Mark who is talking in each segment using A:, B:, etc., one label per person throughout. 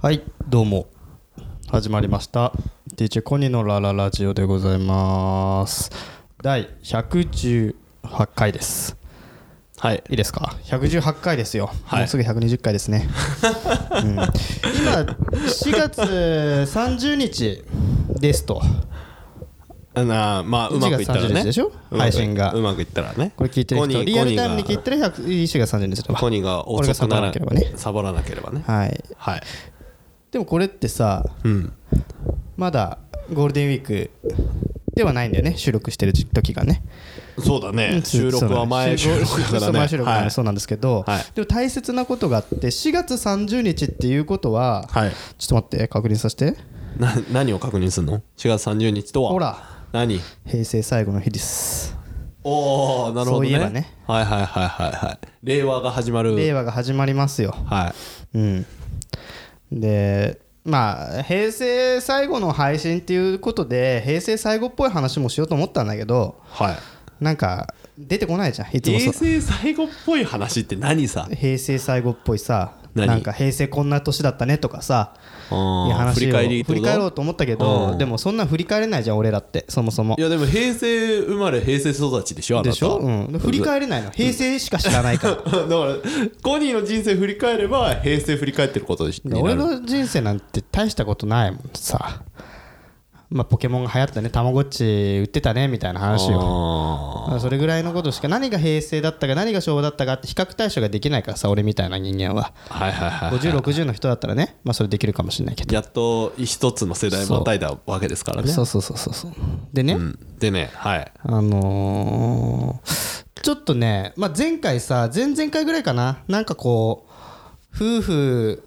A: はいどうも始まりました DJ コニのラララジオでございます第118回です
B: はい。
A: いいですか118回ですよ、
B: はい
A: もうすぐ120回です ね、うん今4月30日ですと
B: あなまあ、うまくいったら
A: 1月30
B: ね。
A: 日でしょ
B: うまく
A: 配信が
B: うまくいったらね。
A: これ聞いてる
B: コニ
A: 人
B: ー
A: リアルタイムに
B: コニ
A: 聞
B: ー
A: い
B: が
A: てる100 4月30日だわ
B: コニーが
A: 俺が
B: 遅
A: サ
B: く
A: ボら
B: な
A: な
B: ら
A: ければね
B: サボらなければね。
A: はい
B: はい。
A: でもこれってさ
B: うん。
A: まだゴールデンウィークではないんだよね収録してる時がね
B: そうだ
A: う
B: ね
A: ん。
B: 収録は前
A: そうな
B: 収
A: んです
B: 録だから
A: そう
B: ね。
A: 前収録なん
B: は
A: で
B: い
A: そうなんですけど、
B: はい
A: でも大切なことがあって4月30日っていうことは、
B: はい。
A: ちょっと待って確認させて
B: な何を確認するの ?4 月30日とは。
A: ほ。ら
B: 何
A: 平成最後の日です
B: おおなるほ
A: そ
B: どね。
A: ういえばね。
B: はいはいはいはいはい。令和が始まる。
A: 令和が始まりますよ
B: はい。
A: うんでまあ平成最後の配信っていうことで平成最後っぽい話もしようと思ったんだけど
B: はい。
A: なんか出てこないじゃんいつもそ
B: 平成最後っぽい話って何さ
A: 平成最後っぽいさ
B: 何
A: なんか平成こんな年だったねとかさいや
B: あー
A: 話を
B: 振り返りっ
A: 振
B: てこ
A: り
B: と
A: 返ろうと思ったけ
B: う
A: ど
B: ん
A: でもそんなん振り返れないじゃん俺らってそもそも
B: いやでも平成生まれ平成育ちでしょあなた
A: でしょ、うん、振り返れないの平成しか知らないから
B: だからコニーの人生振り返れば平成振り返ってることに
A: で
B: なる
A: 俺の人生なんて大したことないもんさまあポケモンが流行ったねたまごっち売ってたねみたいな話よ
B: あ
A: それぐらいのことしか何が平成だったか何が昭和だったかって比較対象ができないからさ俺みたいな人間は
B: ーはいはいはい
A: 5060の人だったらねまあそれできるかもしれないけど
B: やっと一つの世代またいだわけですからね
A: そうそうそうそうそうでね、
B: うんでねはい
A: あのーちょっとね、まあ、前回さ前々回ぐらいかななんかこう夫婦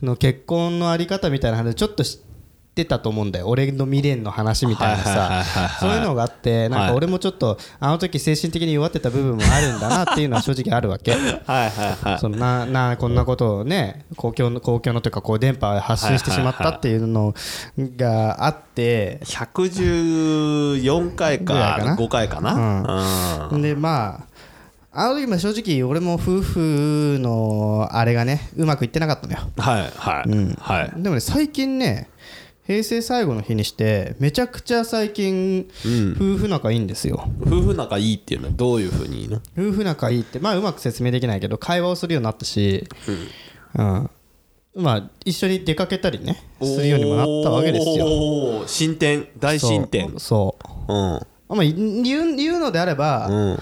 A: の結婚のあり方みたいな話ちょっと知ってたと思うんだよ俺の未練の話みたいな
B: はいはいはいはい
A: さ
B: はい
A: そういうのがあってなん
B: は
A: か
B: い
A: 俺もちょっとあの時精神的に弱ってた部分もあるんだなっていうのは正直あるわけ。
B: はいはいは
A: そのななこんなことをね公共の公共のというかこう電波を発信してしまったっていうのがあって
B: い114回
A: ぐらいか
B: か
A: な
B: 5回かなうん
A: でまああの時も正直俺も夫婦のあれがねうまくいってなかったのよ
B: はいはいはい
A: でもね最近ね平成最後の日にしてめちゃくちゃ最近夫婦仲いいんですよ、
B: 夫婦仲いいっていうのはどういうふうにいいの
A: 夫婦仲いいってまあうまく説明できないけど会話をするようになったし、うんまあ一緒に出かけたりねするようにもなったわけですよ
B: おー進展大進展
A: そうそう
B: うん
A: まあ言う言うのであれば、
B: うん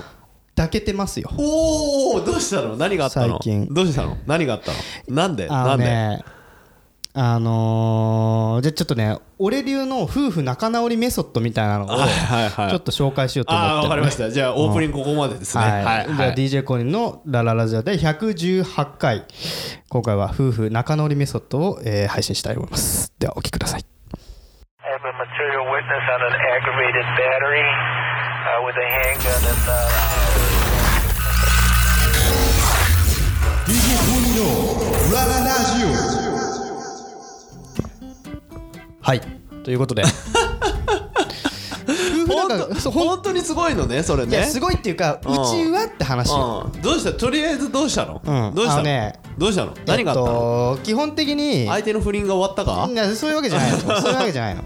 A: 抱けてますよ
B: おおどうしたの何があったの
A: 最近
B: どうしたの何があったのなんで
A: あ
B: な
A: の
B: んで
A: ねあのーじゃあちょっとね俺流の夫婦仲直りメソッドみたいなのを
B: はい
A: ち
B: はいはい
A: ょっと紹介しようと思
B: ああ
A: っ
B: わ
A: て
B: か
A: る
B: り
A: ね
B: ましたじゃあオープニングここまでですね
A: はい
B: はい
A: じゃ
B: は
A: あ
B: い
A: DJ コニンの「ラララジオ」で118回今回は夫婦仲直りメソッドを、えー配信したいと思いますではお聞きください
C: I have a material witness on an aggravated battery uh, with a handgun and. Uh
D: DJ コニーのラララジオ
A: はいという ことで夫婦
B: 本
A: 仲そ
B: 当
A: うほん
B: 本当にすごいのねそれ
A: いや
B: ね
A: すごいっていうかう
B: うん
A: ちはって話
B: うんどうしたとりあえずどうしたの
A: うん
B: どうし
A: あの
B: たの
A: ね
B: どうしたの何があったの
A: えっと基本的に
B: 相手の不倫が終わったか
A: いやそういうわけじゃない のそういうわけじゃないの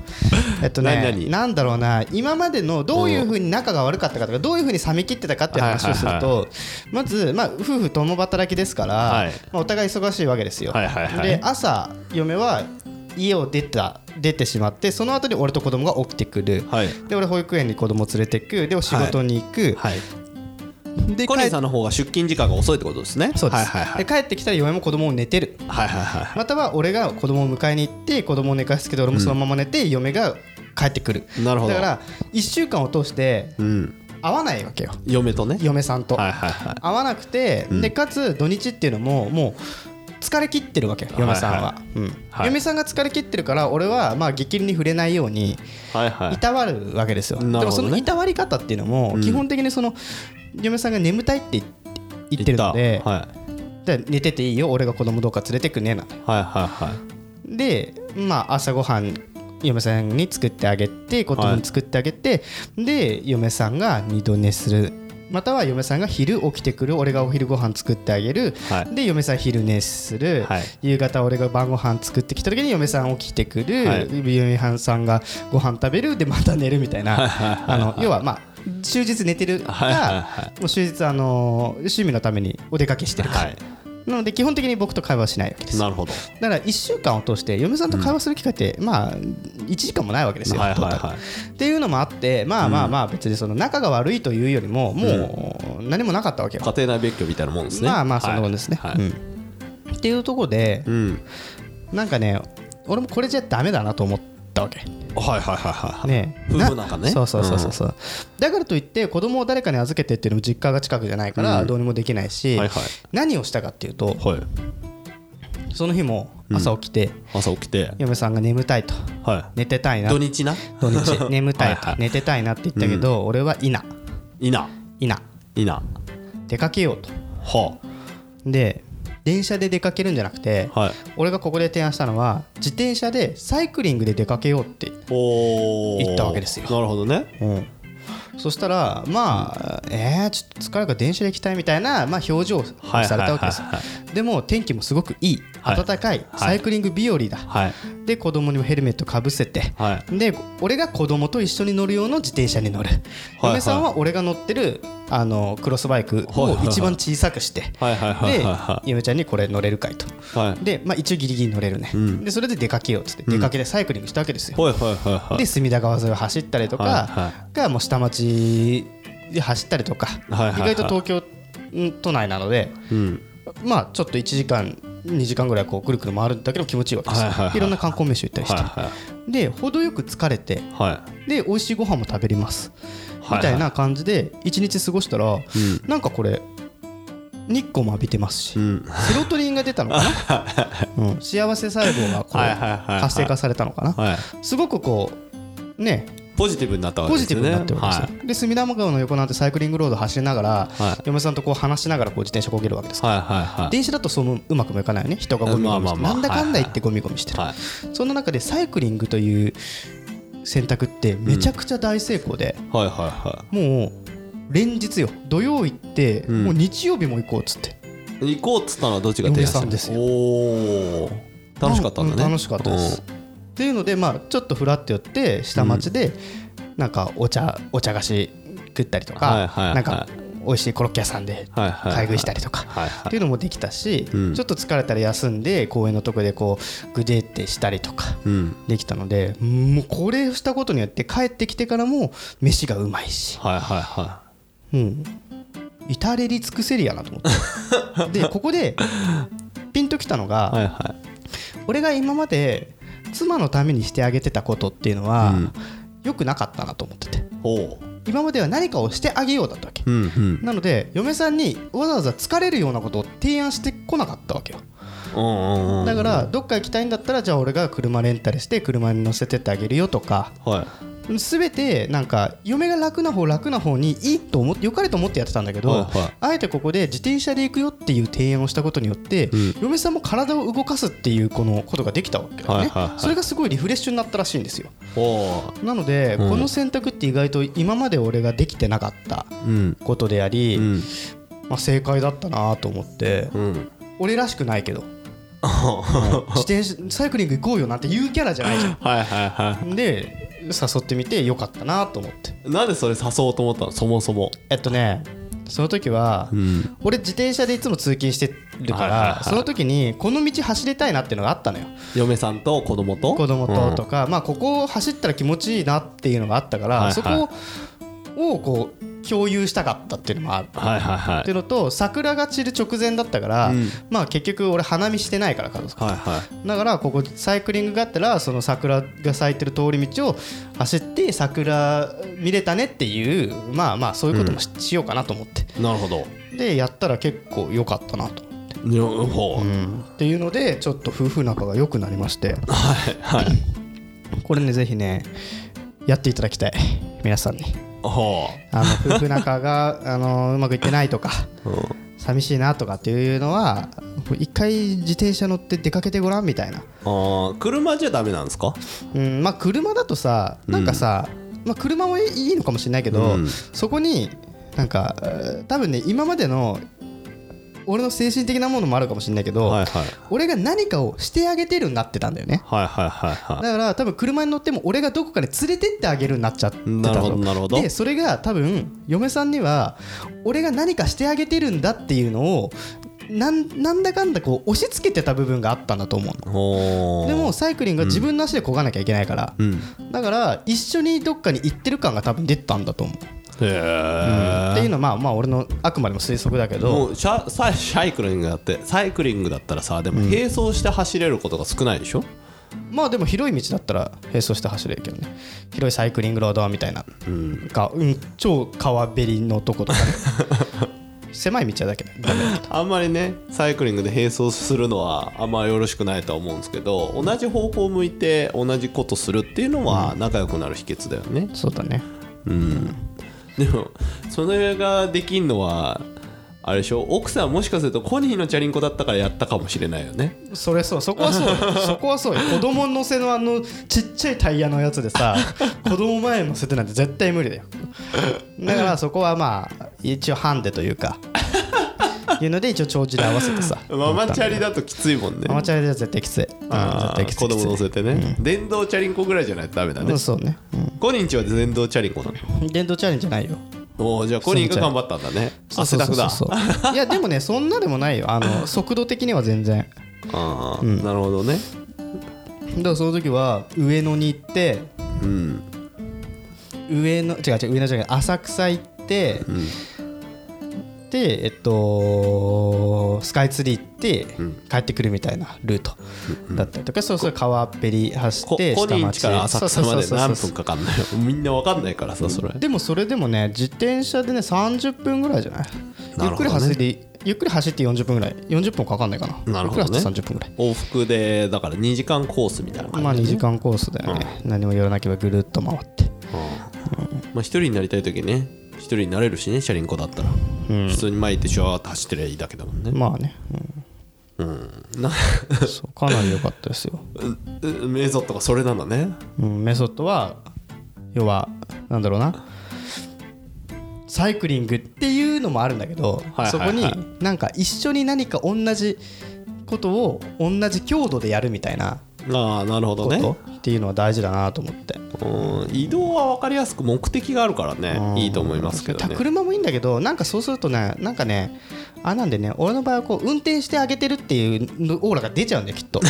A: えっとね
B: 何々
A: なんだろうな今までのどういうふうに仲が悪かったかとかどういうふうに冷め切ってたかっていう話をする
B: は
A: とまず、まあ、夫婦共働きですから、
B: はい
A: まあ、お互い忙しいわけですよ、
B: はいはいはい
A: で朝嫁は家を出た出てしまってその後に俺と子供が起きてくる、
B: はい
A: で俺保育園に子供連れてくでお仕事に行く、
B: はい
A: で
B: コ
A: 帰
B: ニー
A: っ
B: さんの方が出勤時間が遅いってことですね
A: そうです、
B: はいはいは
A: で
B: い
A: 帰ってきたら嫁も子供も寝てる
B: はいはいはい
A: または俺が子供を迎えに行って子供を寝かしつけて俺もそのまま寝て、嫁が帰ってくる
B: なるほど
A: だから1週間を通して
B: うん
A: 会わないわけよ
B: 嫁とね
A: 嫁さんと、
B: はいはいはい
A: 会わなくて、
B: ん
A: でかつ土日っていうのももう疲れ切ってるわけよ嫁さんは、
B: はいは
A: うん
B: はい
A: 嫁さんが疲れ切ってるから俺はまあ激流に触れないように
B: はいはい
A: たわるわけですよ、
B: な
A: で
B: る
A: も
B: ほ
A: そ
B: どね
A: のいたわり方っていうのも
B: うん
A: 基本的にその嫁さんが眠たいって言言ってるの
B: 言
A: で
B: っ、たはい
A: じゃあ寝てていいよ俺が子供どうか連れてくねな
B: はいはいはい
A: でまあ朝ごはん嫁さんに作ってあげて子供に作ってあげて、で嫁さんが二度寝するまたは嫁さんが昼起きてくる俺がお昼ご飯作ってあげる、
B: はい
A: で嫁さん昼寝する、
B: はい
A: 夕方俺が晩ご飯作ってきた時に嫁さん起きてくる、
B: はい
A: 嫁さんがご飯食べるでまた寝るみたいなあの要はまあ終日寝てるか、
B: はいはいは
A: もう終日あの趣味のためにお出かけしてるか、
B: はい
A: なので基本的に僕と会話はしないわけです
B: なるほど
A: だから1週間を通して嫁さんと会話する機会って、まあ1時間もないわけですよ、
B: はいはいはい
A: トータルっていうのもあってまあまあまあ別にその仲が悪いというよりももう何もなかったわけよ、
B: 家庭内別居みたいなもんですね
A: まあまあそんなもんですね、
B: はいはい
A: うんっていうところで
B: うん
A: なんかね俺もこれじゃダメだなと思ったわけ
B: はいはいはいはい
A: ね
B: 夫婦仲ね
A: そうそうそうそうそうだからといって子供を誰かに預けてっていうのも実家が近くじゃないからどうにもできないし、
B: はいはい
A: 何をしたかっていうと
B: はい
A: その日も朝起きて、
B: 朝起きて
A: 嫁さんが眠たいと
B: は
A: 寝てたい
B: い
A: な
B: 土日な
A: 土日 眠たい
B: はいはい
A: 寝てたいなって言ったけど、俺はいな、
B: いいない
A: な、
B: いいな
A: 出かけようと。
B: は
A: で、電車で出かけるんじゃなくて、
B: あはい
A: 俺がここで提案したのは、自転車でサイクリングで出かけようって。
B: おお
A: 行ったわけですよ
B: なるほどね
A: そしたら、まあ、えー、ちょっと疲れるから電車で行きたいみたいな、まあ、表情を
B: はい
A: されたわけです
B: はいはいは。
A: でも、天気もすごくいい、
B: はい
A: 暖かい、サイクリング日和だ。
B: はい
A: で、子供にもヘルメットかぶせて、
B: はい
A: で俺が子供と一緒に乗る用の自転車に乗る、
B: はい
A: 嫁さんは俺が乗ってるあのクロスバイク
B: はい
A: を
B: はい
A: 一番小さくして、
B: はいはいはいはいは
A: で嫁ちゃんにこれ乗れるかいと
B: はいはい
A: で、まあ、一応ギリギリ乗れるね、でそれで出かけようっつって出かけてサイクリングしたわけですよ、
B: はいはいはい
A: で隅田川沿いを走ったりとか、
B: はいは
A: がもう下町で走ったりとか、
B: はいはいはい
A: 意外と東京ん都内なので、
B: うん
A: まあちょっと1時間2時間ぐらいこうぐるぐる回るだけでも気持ちいいわけですよ、
B: は
A: い
B: いはいはい
A: ろんな観光名所行ったりして、
B: はいは
A: で程よく疲れて
B: いは
A: で美味しいご飯も食べれます、
B: はい
A: みたいな感じで一日過ごしたら、なんかこれ日光も浴びてますし、
B: いうん
A: セロトニンが出たのか な、うん、幸せ細胞がこ
B: はいはいはいは
A: れ
B: い
A: 活性化されたのかな、
B: はい
A: すごくこうね
B: ポジティブになったわけ
A: ポ
B: で
A: ジテ
B: す
A: ィ
B: よ
A: ブ
B: ね
A: になってるわけですよ、で隅田川の横なんてサイクリングロード走りながら、
B: はい
A: 嫁さんとこう話しながらこう自転車こげるわけです
B: はいはいはいはい
A: 電車だとそうもうまくもいかないよね人がゴミゴミして、
B: まあまあまあ
A: なんだかんだ言ってゴミゴミしてる、
B: はい
A: そんな中でサイクリングという選択ってめちゃくちゃ大成功で、
B: はいはいは
A: もう連日よ土曜行って、
B: ん
A: もう日曜日も行こうっつって
B: い行こうっつったのはどっちが提案した
A: 嫁さんですよ
B: おお楽しかったんだね
A: う楽しかったですっていうのでまあちょっとふらっと寄って下町でなんかお茶お茶菓子食ったりと
B: はい
A: か
B: はいはい
A: なんか美味しいコロッケ屋さんで
B: はいはいはい
A: 買い食いしたりとか
B: はいはい
A: っていうのもできたしち
B: う
A: ょ
B: ん
A: っと疲れたら休んで公園のとこでこうぐでってしたりとか
B: うんうん
A: できたのでもうこれをしたことによって帰ってきてからも飯がうまいし
B: はいはいは
A: うん至れり尽くせりやなと思って でここでピンときたのが、
B: いはいは
A: 俺が今まで妻のためにしてあげてたことっていうのは、良くなかったなと思ってて
B: いおお
A: 今までは何かをしてあげようだったわけ、
B: うんうん
A: なので嫁さんにわざわざ疲れるようなことを提案してこなかったわけよ
B: うんうんうん
A: だからどっか行きたいんだったらじゃあ俺が車レンタルして車に乗せてってあげるよとか
B: はい
A: 全てなんか嫁が楽な方楽な方にいいと思って良かれと思ってやってたんだけど、
B: はいはい
A: あえてここで自転車で行くよっていう提案をしたことによって、
B: ん
A: 嫁さんも体を動かすっていうこのことができたわけだよね、
B: はいはいはい
A: それがすごいリフレッシュになったらしいんですよ
B: おお
A: なので、
B: うん
A: この選択って意外と今まで俺ができてなかった
B: うん
A: ことであり、
B: うん
A: まあ、正解だったなと思って、
B: うん
A: 俺らしくないけ ど
B: は
A: 自転車サイクリング行こうよなんて言うキャラじゃないじゃ
B: いはいは
A: んで誘ってみてよかったなと思って
B: いなんでそれ誘おうと思ったのそもそも
A: えっとねその時は、
B: ん
A: 俺自転車でいつも通勤してるから、
B: はいはいはい
A: その時にこの道走りたいなっていうのがあったのよ
B: 嫁さんと子供と
A: 子供ととか、まあここを走ったら気持ちいいなっていうのがあったから、
B: はいはい
A: そこをこう共有したかったっていうのもある。
B: うんはいはいは
A: ってい
B: いう
A: のと桜が散る直前だったから、
B: うん
A: まあ結局俺花見してないから家族と
B: はいは
A: だからここサイクリングがあったらその桜が咲いてる通り道を走って桜見れたねっていうまあまあそういうこともし,、ようかなと思って
B: いなるほど
A: でやったら結構良かったなと、
B: にょほう
A: っていうのでちょっと夫婦仲が良くなりまして
B: はいはい
A: これねぜひねやっていただきたい皆さんに
B: ほ
A: あ の夫婦仲があのうまくいってないとか
B: ううん
A: 寂しいなとかっていうのは一回自転車乗って出かけてごらんみたいな、
B: あー車じゃダメなんですか
A: うんまあ、車だとさなんかさ、まあ、車もいいのかもしれないけど、
B: うん
A: そこになんかえー多分ね今までの俺の精神的なものもあるかもしれないけど、
B: はいはい
A: 俺が何かをしてあげてるようになってたんだよね
B: はいはいはいは
A: だ
B: い
A: から多分車に乗っても俺がどこかに連れてってあげるようになっちゃってたと
B: なるほどなるほど
A: でそれが多分嫁さんには俺が何かしてあげてるんだっていうのをなんなんだかんだこう押し付けてた部分があったんだと思うの
B: おー
A: でもサイクリングは自分の足で漕がなきゃいけないから、
B: うんへ
A: だから一緒にどっかに行ってる感が多分出てたんだと思う、
B: え
A: っていうのはまあまあ俺のあくまでも推測だけど
B: もうシャササイクリングだってサイクリングだったらさでも並走して走れることが少ないでしょ、
A: まあでも広い道だったら並走して走れるけどね広いサイクリングロードみたいな、かうん、超川べりのと ことかね狭い道はだけどダメだ
B: あんまりねサイクリングで並走するのはあんまよろしくないとは思うんですけど同じ方向向いて同じことするっていうのは仲良くなる秘訣だよね、
A: そうだね
B: でもそれができんのはあれでしょ奥さんもしかするとコニーのチャリンコだったからやったかもしれないよね
A: それそうそこはそう よそこはそうよ子供乗せのあのちっちゃいタイヤのやつで さ子供前乗せてなんて絶対無理だよだからそこはまあ一応ハンデというかいうので一応長寿で合わせてさ
B: ママチャリだときついもんね
A: ママチャリでは絶対きつい、うん、絶
B: あ
A: 対き
B: ー
A: つい
B: 子供乗せ
A: き
B: てね、電動チャリンコぐらいじゃないとダメ
A: つ
B: だ
A: い
B: ね、
A: うんそうね、
B: コニーんちは電動チャリンコなの
A: うん、電動チャレンジじゃないよ
B: おーじゃあコニーが頑張ったんだね汗だくだ
A: そうそうそうそういやでもねそんなでもないよあ の速度的には全然
B: ああ、なるほどね
A: だからその時は上野に行って
B: うん
A: 上野違う違う上野じゃない浅草行って、でえっとスカイツリー行って帰ってくるみたいなルートだったりとか、そうそう川っぺり走
B: こコ
A: って
B: ニーんちから浅草まで
A: そうそうそう
B: 何
A: そう
B: 分かかんないよみんなわかんないからさそれ
A: でもそれでもね自転車でね30分ぐらいじゃない
B: どね
A: ゆっくり走ってゆっくり走って40分ぐらい40分かかんないかな
B: なるほど
A: ゆ
B: ね
A: っくり走って30分ぐらい
B: 往復でだから2時間コースみたいな感じ
A: まあ2時間コースだよね、何も寄らなければぐるっと回って
B: まあ、一人になりたい時ね一人になれるしねチャリンコだったら、普通に前行ってシュワーって走ってりゃいいだけだもんね、
A: まあね、
B: な
A: うんそうかなり良かったですよ
B: うんメソッドがそれなんだね
A: うん、メソッドは要はなんだろうなサイクリングっていうのもあるんだけど、
B: はいはいはい
A: そこになんか一緒に何か同じことを同じ強度でやるみたいな
B: ああなるほど
A: こと、
B: ね
A: っていうのは大事だなと思って、
B: うん移動は分かりやすく目的があるからねいいと思いますけど
A: た
B: ね
A: 車もいいんだけどなんかそうするとねなんかねあなんでね俺の場合はこう運転してあげてるっていうのオーラが出ちゃうんだよきっ と、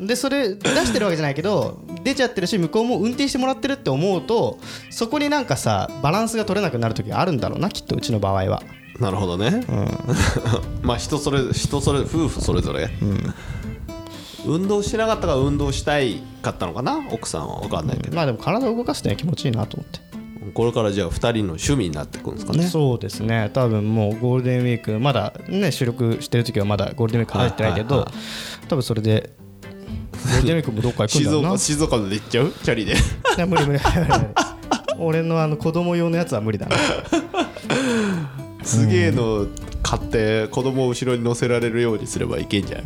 A: うんでそれ出してるわけじゃないけど出ちゃってるし向こうも運転してもらってるって思うとそこになんかさバランスが取れなくなる時があるんだろうなきっとうちの場合は
B: なるほどね、 まあ人それ人それ夫婦それぞれ、運動してなかったから運動したいかったのかな奥さんは分かんないけど、
A: まあでも体を動かすのは気持ちいいなと思って。
B: これからじゃあ2人の趣味になってくんですかね
A: そうですね多分もうゴールデンウィークまだね収録してる時はまだゴールデンウィーク入ってないけど、
B: はいは
A: 多分それでゴールデンウィークもどっか行くん
B: 静
A: だろう
B: 岡
A: な
B: 静岡まで行っちゃうチャリで
A: いや無理無理 無理無理俺のあの子供用のやつは無理だな
B: すげえの買って子供を後ろに乗せられるようにすればいけんじゃん、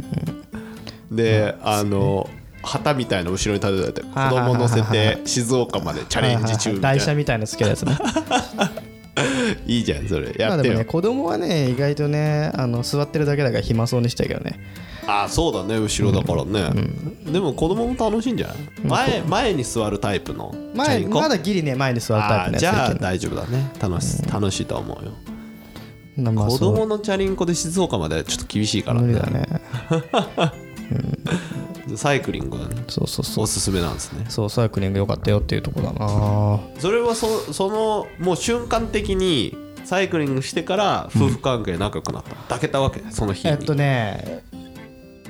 B: で、あの旗みたいな後ろに立てて子供乗せて静岡までチャレンジ中みた
A: 台
B: い
A: 車
B: な
A: みたいな好きなや つね
B: いいじゃんそれ
A: ま
B: や
A: あ
B: って
A: でも
B: よ
A: ね子供はね意外とねあの座ってるだけだから暇そうにしちゃうけどね
B: あそうだね後ろだからね、でも子供も楽しいんじゃない、前前に座るタイプのチャ
A: 前
B: リンコ
A: まだギリね前に座るタ
B: あ
A: イプの
B: じゃ
A: や
B: あ
A: つだ
B: 大丈夫だね楽し,、楽しいと思うよ
A: けどまあ
B: 子
A: そう
B: 供のチャリンコで静岡まではちょっと厳しいから
A: 無理
B: ね
A: だね
B: サイクリングがね
A: そうそうそう
B: おすすめなんですね
A: そうサイクリング良かったよっていうとこだな
B: それはそそのもう瞬間的にサイクリングしてから夫婦関係仲良くなった、抱けたわけその日に、
A: えっとね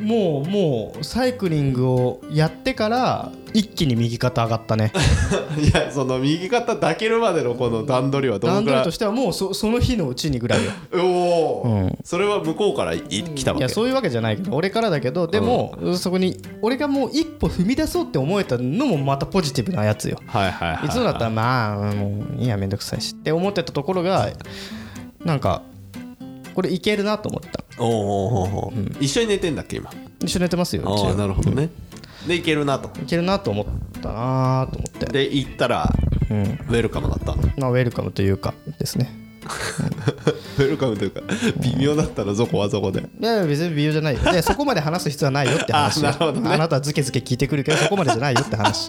A: もうもうサイクリングをやってから一気に右肩上がったね
B: いやその右肩抱けるまでのこの段取りはどの
A: 段
B: く
A: 取
B: ら
A: りと
B: い
A: してはもうそその日のうちにぐらいよ
B: おおー、
A: うん
B: それは向こうからい来たわ
A: い
B: け
A: やそういうわけじゃないけど俺からだけどでも、そこに俺がもう一歩踏み出そうって思えたのもまたポジティブなやつよ
B: はいはいはいはい
A: いつもだったらまあもういいやめんどくさいしって思ってたところがなんかこれいけるなと思った
B: おうおうおうおう一緒に寝てんだっけ今
A: 一緒に寝てますようち
B: ああなるほどねで行けるなと
A: いけるなと思ったなと思って
B: で行ったらウェルカムだったの
A: まあウェルカムというかですね
B: ウェルカムというか微妙だったらそこはそこで
A: いやいや別に美容じゃないよでそこまで話す必要はないよって話
B: あなるほどね
A: あなたはズケズケ聞いてくるけどそこまでじゃないよって 話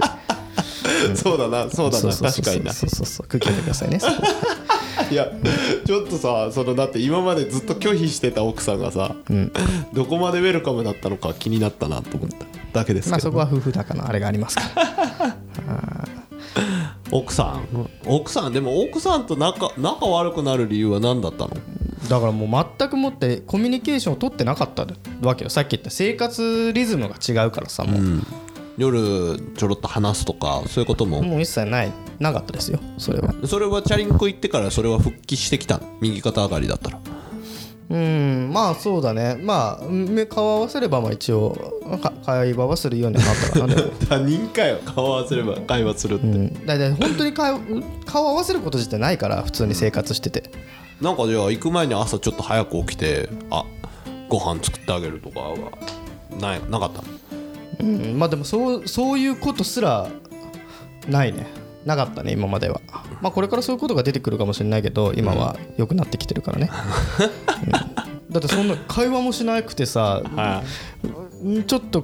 B: そうだなそうだな確かにな
A: そうそうそう空気を入れてくださいねそこ
B: いやちょっとさそのだって今までずっと拒否してた奥さんがさ、どこまでウェルカムだったのか気になったなと思っただけです
A: まあ
B: けど、
A: そこは夫婦だからあれがありますから
B: 奥さん奥さんでも奥さんと仲仲悪くなる理由は何だったの
A: だからもう全くもってコミュニケーションを取ってなかったわけよさっき言った生活リズムが違うからさもう,、
B: 夜ちょろっと話すとかそういうことも、
A: もう一切ないなかったですよそれは
B: それはチャリンコ行ってからそれは復帰してきたの右肩上がりだったら
A: うんまあそうだねまあ目顔合わせればまあ一応か会話はするようにはなったからね
B: 他人かよ顔合わせれば会話するって、
A: だいたい本当に顔顔合わせること自体ないから普通に生活してて
B: なんかじゃあ行く前に朝ちょっと早く起きてあご飯作ってあげるとかはないなかったの
A: うんまあでもそうそういうことすらないねなかったね今まではまあこれからそういうことが出てくるかもしれないけど今は良くなってきてるからね、うんだってそんな会話もしなくてさ、うんちょっと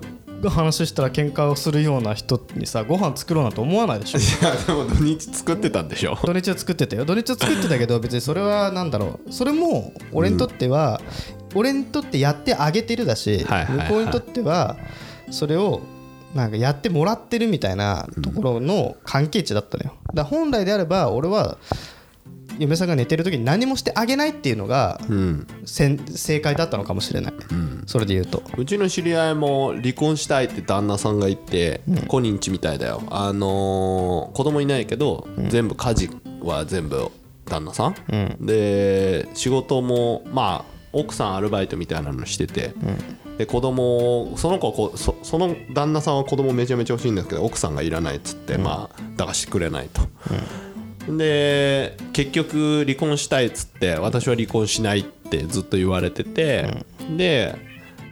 A: 話したら喧嘩をするような人にさご飯作ろうなんて思わないでしょ
B: いやでも土日作ってたんでしょ
A: 土日は作ってたよ土日は作ってた けど別にそれは何だろうそれも俺にとっては、俺にとってやってあげてるだし、
B: はいはいはい
A: 向こうにとってはそれをなんかやってもらってるみたいなところの関係値だったのよだから本来であれば俺は嫁さんが寝てる時に何もしてあげないっていうのが、
B: うん
A: せん正解だったのかもしれない、それで言うと
B: うちの知り合いも離婚したいって旦那さんが言って、コニンチみたいだよあのー子供いないけど、全部家事は全部旦那さん、で仕事もまあ奥さんアルバイトみたいなのしてて、で子供をその子はこうそその旦那さんは子供めちゃめちゃ欲しいんだけど奥さんがいらないっつって、まあだからしてくれないと、で結局離婚したいっつって私は離婚しないってずっと言われてて、で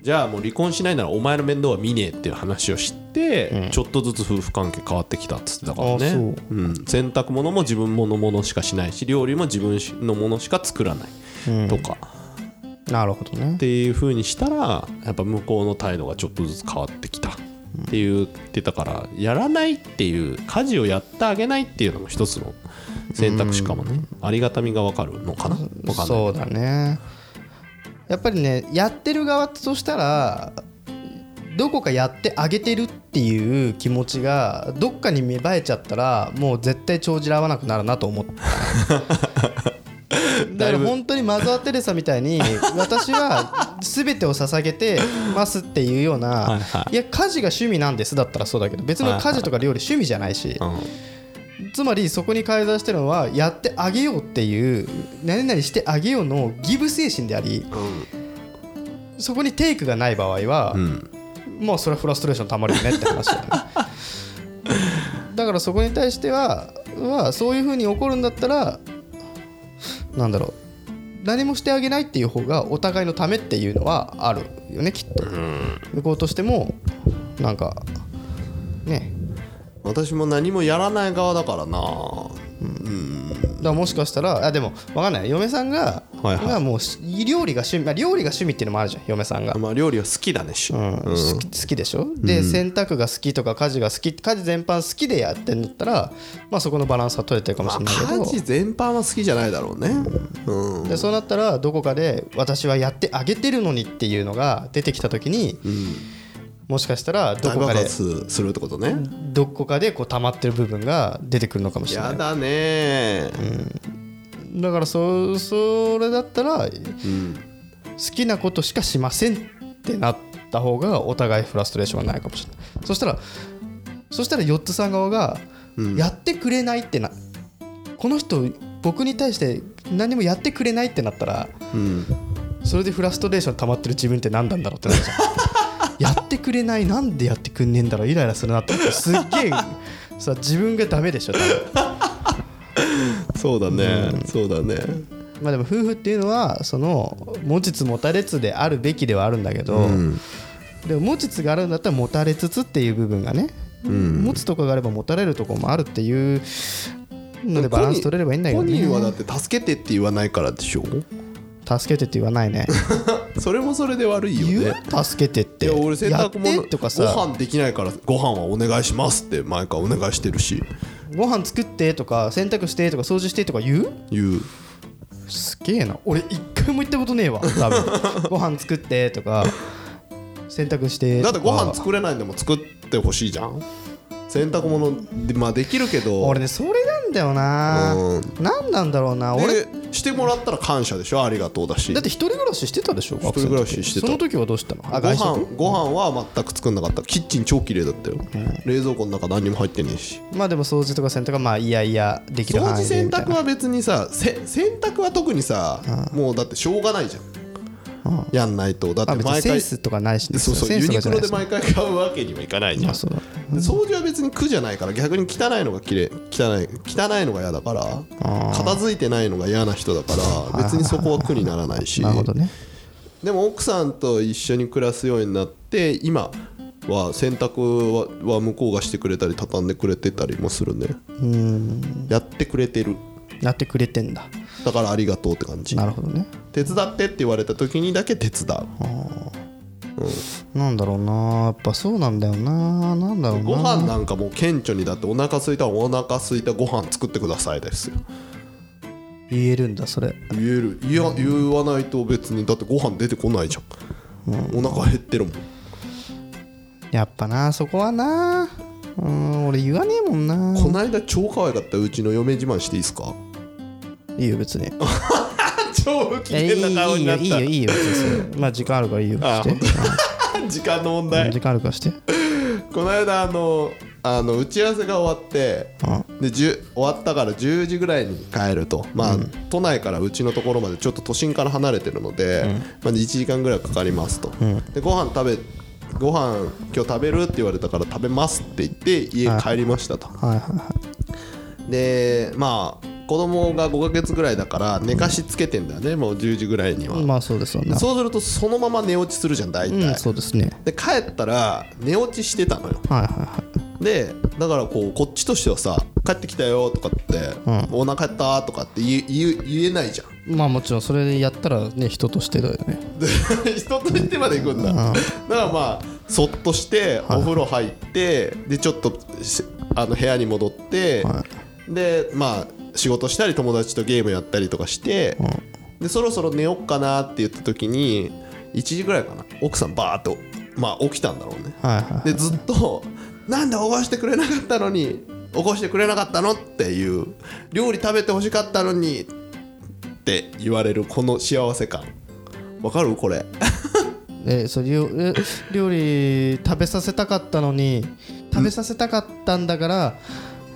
B: じゃあもう離婚しないならお前の面倒は見ねえっていう話をして、ちょっとずつ夫婦関係変わってきたっつってたからね
A: あそう
B: うん、洗濯物も自分のものしかしないし料理も自分のものしか作らないとか、
A: なるほどね
B: っていう風にしたらやっぱ向こうの態度がちょっとずつ変わってきたっていう言ってたからやらないっていう家事をやってあげないっていうのも一つの選択肢かもねありがたみがわかるのかなわかんない
A: そうだねやっぱりねやってる側としたらどこかやってあげてるっていう気持ちがどっかに芽生えちゃったらもう絶対帳尻合わなくなるなと思った だから本当にマザー・テレサみたいに私は全てを捧げてますっていうような「いや家事が趣味なんです」だったらそうだけど別に家事とか料理趣味じゃないし、つまりそこに介在してるのはやってあげようっていう何々してあげようのギブ精神であり、そこにテイクがない場合は、もうそれはフラストレーションたまるよねって話だ よねだからそこに対してははそういうふうに起こるんだったらなんだろう何もしてあげないっていう方がお互いのためっていうのはあるよねきっと、向こうとしてもなんかね
B: 私も何もやらない側だからな
A: だからもしかしたらあでも分かんない嫁さんが,、
B: はいはい
A: がもうし料理が趣味、まあ、料理が趣味っていうのもあるじゃん嫁さんが、
B: まあ料理は好きだねし、
A: うん好き好きでしょで、洗濯が好きとか家事が好き家事全般好きでやってんだったら、まあ、そこのバランスは取れてるかもしれないけど、
B: 家事全般は好きじゃないだろうねうん
A: でそうなったらどこかで私はやってあげてるのにっていうのが出てきた時に、もしかしたらど
B: 大
A: こか
B: 爆
A: で
B: 発するってことね
A: どこかでこう溜まってる部分が出てくるのかもしれない
B: やだね
A: だからそそれだったら、好きなことしかしませんってなった方がお互いフラストレーションがないかもしれないそしたらそしたらヨッツさん側がやってくれないってな、この人僕に対して何もやってくれないってなったら、それでフラストレーション溜まってる自分って何なんだろうってなるじゃん やってくれないなんでやってくんねえんだろうイライラするなって思ってすっげえさ自分がダメでしょ多分
B: そうだね、そうだね
A: まあでも夫婦っていうのはその持ちつ持たれつであるべきではあるんだけど、でも持ちつがあるんだったら持たれつつっていう部分がね、持つとこがあれば持たれるとこもあるっていうのでバランス取れればいいんだけど
B: 本人はだ
A: ね
B: って助けてって言わないからでしょ
A: 助けてって言わない ね
B: それもそれで悪い
A: 言
B: よね
A: う助けてって
B: いや俺洗
A: やっ
B: 濯物
A: てとか
B: ご
A: さ
B: 飯できないからご飯はお願いしますって毎回お願いしてるし
A: ご飯作ってとか洗濯してとか掃除してとか言う
B: 言う
A: すげえな俺一回も言ったことねえわ多分 ご飯作ってとか洗濯して
B: だ
A: と
B: って
A: か
B: ご飯作れないんでも作ってほしいじゃん洗濯物で,、まあ、できるけど
A: 俺ねそれなんだよな何なんだろうな
B: で
A: 俺
B: してもらったら感謝でしょありがとうだし
A: だって一人暮らししてたでしょ一
B: 人暮らししてた
A: その時はどうしたの
B: ご
A: あ外
B: 飯
A: 食
B: ご飯は全く作んなかったキッチン超綺麗だったよ、冷蔵庫の中何にも入ってねえし
A: まあでも掃除とか洗濯はまあいやいやできる
B: 掃
A: 範
B: 除
A: 囲で
B: 洗
A: みたい
B: 濯
A: な
B: は別にさせ洗濯は特にさもうだってしょうがないじゃんやんないとだっ
A: まあ
B: て
A: 別に
B: 毎
A: セン
B: 回
A: スとかないしね
B: そうそう
A: セン
B: ユ
A: スと
B: ニ
A: かじゃな
B: クロ
A: い
B: で
A: しね
B: 毎回買うわけにはいかないじゃん
A: あそうだ
B: で掃除は別に苦じゃないから逆に汚いのがきれい汚い汚いのが嫌だから片付いてないのが嫌な人だから別にそこは苦にならないし
A: なるほどね
B: でも奥さんと一緒に暮らすようになって今は洗濯はは向こうがしてくれたり畳んでくれてたりもするねやってくれてる
A: やってくれてんだ
B: だからありがとうって感じ
A: なるほどね
B: 手伝ってって言われた時にだけ手伝う
A: なんだろうなやっぱそうなんだよななんだろうな
B: ご飯なんかもう顕著にだってお腹空いたらお腹空いたご飯作ってくださいですよ
A: 言えるんだそれ
B: 言えるいや言わないと別にだってご飯出てこないじゃん、お腹減ってるもん
A: やっぱなそこはなうん俺言わねえもんな
B: こないだ超可愛かったうちの嫁自慢していいですか
A: いいよ別に
B: 超不機
A: えいい
B: 嫌な顔になった
A: いいよいいよいいよ別にそれまあ時間あるからいいよ
B: あ
A: して
B: 時間の問
A: う
B: 題
A: ん時間あるからして
B: この間あのあの打ち合わせが終わってで10終わったから10時ぐらいに帰るとまあ、都内からうちのところまでちょっと都心から離れてるので、まあ、1時間ぐらいかかりますと、でご飯食べご飯今日食べるって言われたから食べますって言って家帰りましたと、
A: はいはいは
B: でまあ子供が5ヶ月ぐらいだから寝かしつけてんだよねもう10時ぐらいには、
A: いまあそうですわな
B: そうするとそのまま寝落ちするじゃん大体、
A: うんそうですね
B: で帰ったら寝落ちしてたのよ
A: はいはいはい
B: でだからこうこっちとしてはさ「帰ってきたよ」とかって「お腹減った」とかって言え言え言えないじゃん
A: まあもちろんそれやったらね人としてだよね
B: 人としてまで行くんだだからまあそっとしてお風呂入ってでちょっとしあの部屋に戻ってでまあ仕事したり友達とゲームやったりとかしてでそろそろ寝よっかなって言った時に1時ぐらいかな奥さんバーッとまあ起きたんだろうね
A: はいは
B: でずっと「なんで起こしてくれなかったのに起こしてくれなかったの?」っていう「料理食べてほしかったのに」って言われるこの幸せ感わかるこれ
A: いえそれ料え料理食べさせたかったのに食べさせたかったんだから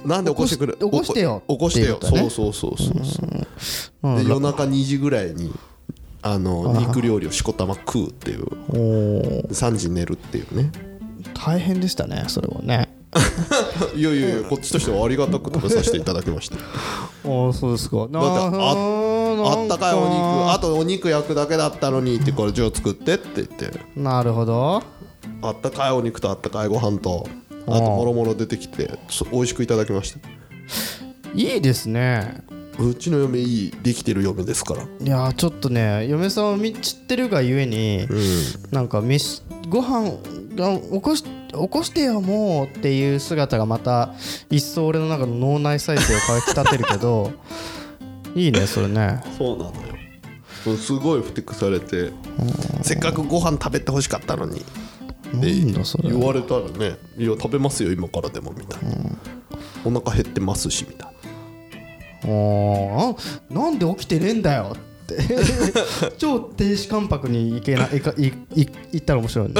B: なんで起こしてくる
A: 起こし起こしてよ
B: 起こしてよ
A: っていうことね
B: そうそうそうそうそ
A: う
B: う、
A: ん
B: で夜中2時ぐらいにあの肉料理をしこたま食うっていう
A: おー
B: 3時に寝るっていうね
A: 大変でしたねそれはね
B: いやいやいやこっちとしてはありがたく食べさせていただきました
A: ああそうですかだって
B: だってああったかいお肉あとお肉焼くだけだったのにってこれじゃあ作ってって言って
A: なるほど
B: あったかいお肉とあったかいご飯とあともろもろ出てきてそ美味しくいただきました
A: いいですね
B: うちの嫁いいできてる嫁ですから
A: いやーちょっとね嫁さんを見知ってるがゆえに、なんか飯ご飯が起こし起こしてよもうっていう姿がまた一層俺の中の脳内再生をかき立てるけど いいねそれね
B: そうなのよすごいふてくされてせっかくご飯食べてほしかったのにって
A: なんだそれ
B: 言われたらね「いや食べますよ今からでも」みたいな「お腹減ってますし」 みたいな
A: おーあなんで起きてねえんだよって 超停止関白にいけないかいい行ったら面白いね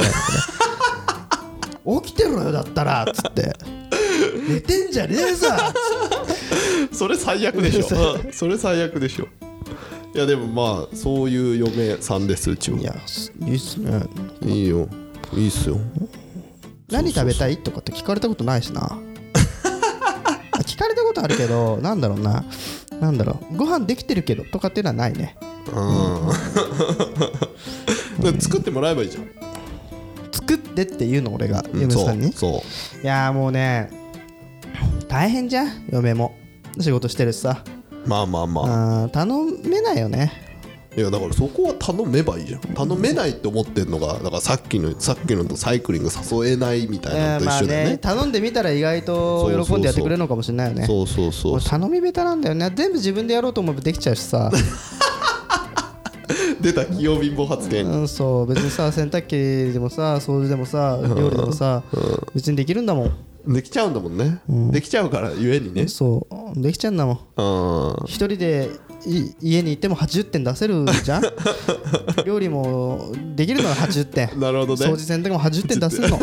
A: 起きてろよだったらっつって寝てんじゃねえさ
B: それ最悪でし ょうんそれ最悪でしょいやでもまあそういう嫁さんですうちはい
A: やいいっすね
B: いいよいいっすよ
A: 何食べたいとかって聞かれたことないし なあ聞かれたことあるけどなんだろうななんだろうご飯できてるけどとかっていうのはないね
B: だから作ってもらえばいいじゃん
A: 作ってっていうの俺が嫁さんに
B: そうそ
A: いやーもうね大変じゃん嫁も
B: う
A: 仕事してるしさ
B: まあまあまあ
A: あー頼めないよね
B: いやだからそこは頼めばいいじゃん頼めないって思ってんのがだからさっきのさっきのとサイクリング誘えないみたいなのと
A: まあ
B: 一緒だよ
A: ね
B: ね,、
A: 頼んでみたら意外と喜んでやってくれるのかもしれないよね
B: そうそうそう
A: 俺頼み下手なんだよね全部自分でやろうと思えばできちゃうしさ
B: 出た器用貧乏発言、
A: うんそう別にさ洗濯機でもさ掃除でもさ料理でもさ別にできるんだもん
B: できちゃうんだもんね、できちゃうからゆえにね
A: そうできちゃうんだもん
B: うん
A: 一人でい家にいても80点出せるじ ゃん料理もできるのは80点
B: なるほどね
A: 掃除洗濯も80点出せるの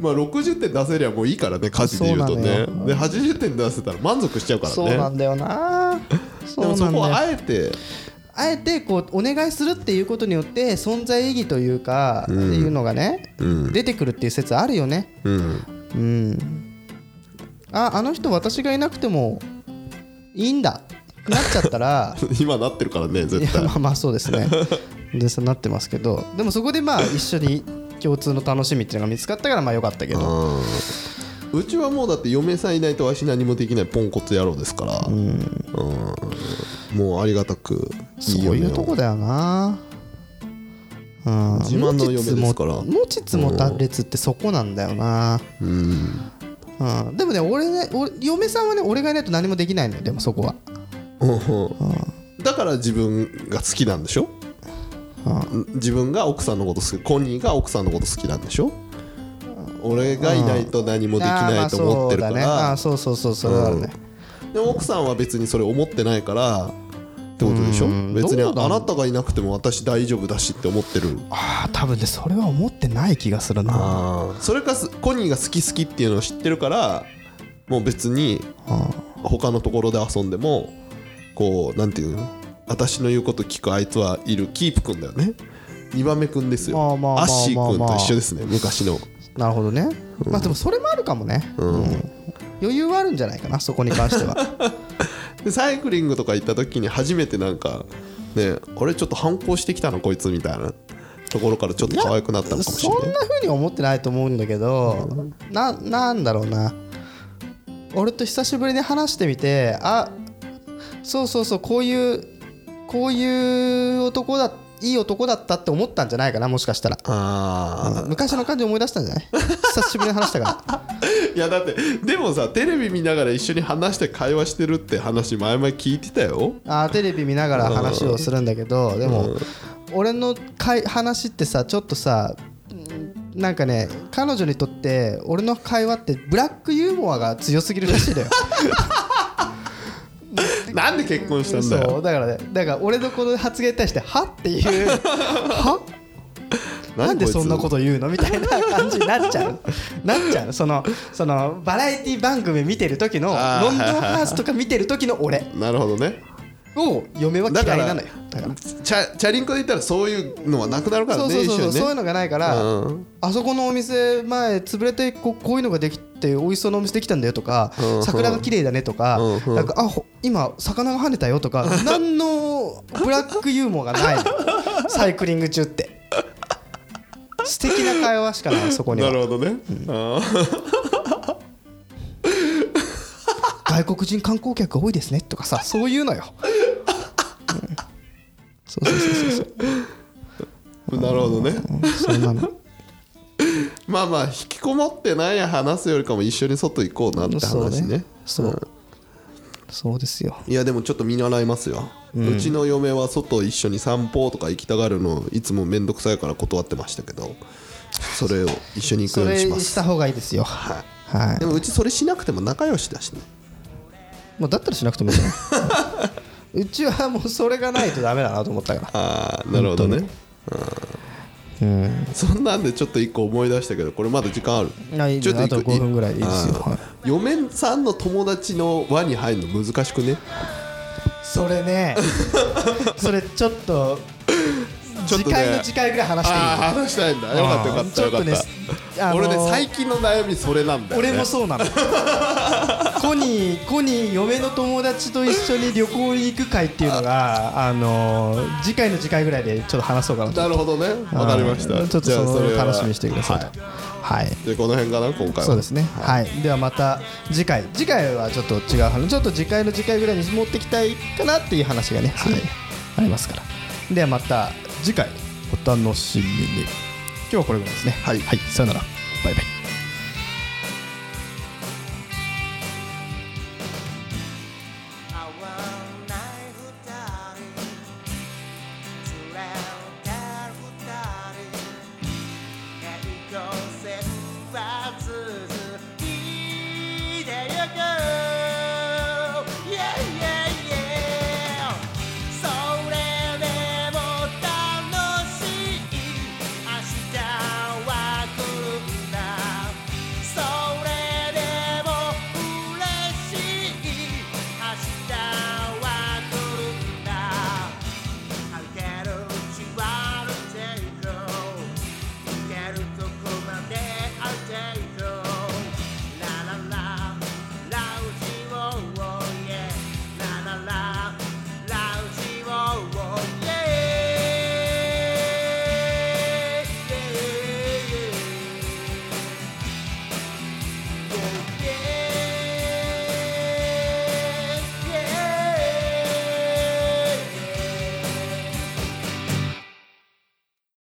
B: まあ60点出せりゃもういいからね家事で言うとね
A: そうなの
B: で80点出せたら満足しちゃうからね
A: そうなんだよなそ
B: で
A: う
B: も
A: な
B: そ
A: ん
B: こは
A: だよ
B: あえて
A: あえてこうお願いするっていうことによって存在意義というか、っていうのがね、出てくるっていう説あるよね
B: うん
A: うんああの人私がいなくてもいいんだなっちゃったら
B: 今なってるからね
A: い
B: 絶
A: や
B: 対
A: まあまあそうですねでそうなってますけどでもそこでまあ一緒に共通の楽しみっていうのが見つかったからまあよかったけど
B: うんうちはもうだって嫁さんいないとわし何もできないポンコツ野郎ですから、うんもうありがたく
A: そういうとこだよなうん
B: 自慢の嫁ですから
A: 持ちつ持たれつってそこなんだよなうん、でもね俺ね俺嫁さんはね俺がいないと何もできないのよでもそこは
B: うんだから自分が好きなんでしょ、自分が奥さんのこと好きコニーが奥さんのこと好きなんでしょ俺がいないと何もでき
A: あーま
B: な
A: あ
B: いと思ってる
A: そ
B: か
A: うだねあ
B: ら
A: ーそうそうそうそれはあるね、
B: でも奥さんは別にそれ思ってないからってことでしょ別に
A: どうだろう
B: あなたがいなくても私大丈夫だしって思ってる
A: ああ多分ねそれは思ってない気がするな
B: それかすコニーが好き好きっていうのを知ってるからもう別に他のところで遊んでもこうなんていうの私の言うこと聞くあいつはいるキープくんだよね2番目くんですよ
A: まあまあまあまあ
B: アッシーくんと一緒ですね昔の
A: なるほどね、まあでもそれもあるかもね、うん余裕はあるんじゃないかなそこに関 しては
B: でサイクリングとか行った時に初めてなんかね俺ちょっと反抗してきたのこいつみたいなところからちょっと可愛くなったのかもし
A: そ
B: れ
A: んな
B: ない
A: 風に思ってないと思うんだけど、ななんだろうな俺と久しぶりに話してみてあそうそうそうこういうこういう男だいい男だったって思ったんじゃないかなもしかしたら
B: ああ
A: 昔の感じ思い出したんじゃない 久しぶりに話したから
B: いやだってでもさテレビ見ながら一緒に話して会話してるって話前々聞いてたよ
A: あーテレビ見ながら話をするんだけどでも俺のかい話ってさちょっとさんなんかね彼女にとって俺の会話ってブラックユーモアが強すぎるらしいの よ
B: なんで結婚したんだ
A: そ
B: よ
A: うだからねだから俺のこの発言に対してはって いうはなんで
B: こいつ
A: そんなこと言うのみたいな感じになっちゃ うなっちゃうそのそのバラエティ番組見てる時のロンドン
B: あー
A: ハーツとか見てる時の俺
B: なるほどね
A: を嫁は
B: だ
A: 嫌
B: か
A: い
B: ら
A: なのよだから
B: チャチャリンコで言ったらそういうのはなくなるから
A: そう
B: ね
A: そうそうそう、
B: 一
A: そうい
B: 緒
A: う
B: にね
A: のがないから、
B: うん
A: あそこのお店前潰れてここういうのができて美味しそうなお店できたんだよとか、
B: うん
A: 桜が綺麗だねとか、
B: うんうん
A: なんかあほ今魚が跳ねたよと か何のブラックユーモアがないのサイクリング中って素敵な会話しかないそこに
B: な
A: は
B: るほどね、あー
A: 外国人観光客が多いですねとかさそういうのよ、うんそうそうそうそう
B: なるほどね
A: そんな の
B: まあまあ引きこもってないや話すよりかも一緒に外行こうなって
A: そう
B: 話ね
A: ねそう、
B: ん
A: そうですよ
B: いやでもちょっと見習いますよ、うちの嫁は外一緒に散歩とか行きたがるのいつも面倒くさいから断ってましたけどそれを一緒に行く
A: そ
B: よう
A: れ
B: にしま
A: し
B: す
A: た方がいいですよ
B: はい
A: はい
B: でもうちそれしなくても仲良しだしね
A: まあ、だったらしなくてもい いじゃないうちはもうそれがないとダメだなと思ったから
B: ああなるほどねうん、そんなんでちょっと一個思い出したけどこれまだ時間ある
A: あいい
B: ちょっ
A: あ
B: 一個
A: と5分ぐらいでいいですよ
B: あー
A: はい
B: 嫁さんの友達の輪に入るの難しくね
A: それねそれちょっと
B: ちょっ
A: 次
B: とね
A: 回の次回ぐらい話していい
B: ああ話したいんだよかったよかったよかっ
A: ちょっとね
B: た、
A: あのー
B: 俺ね最近の悩みそれなんだよ、ね、
A: 俺もそうなのコニーコニー嫁の友達と一緒に旅行に行く会っていうのがあのー次回の次回ぐらいでちょっと話そうかなと
B: なるほどねわかりました
A: うんちょっと
B: じゃあ
A: そ
B: それ
A: の
B: は
A: 楽しみにしてください
B: は
A: とはい
B: でこの辺かな今回は
A: そうですねはいではまた次回次回はちょっと違う話ちょっと次回の次回ぐらいに持ってきたいかなっていう話がねはいありますからではまた次回お楽しみに今日はこれぐらいですねはいはいさよならバイバイ
E: 合わない二人連れて二人平行線は続いてゆく Yeah, yeah, yeah それでも楽しい明日は来るんだそれでも嬉しい明日は来るんだ歩ける縛るていこう行けるとこまで歩いていこうララララウジをおいえララララウジをおいえ Yeah, yeah, yeah.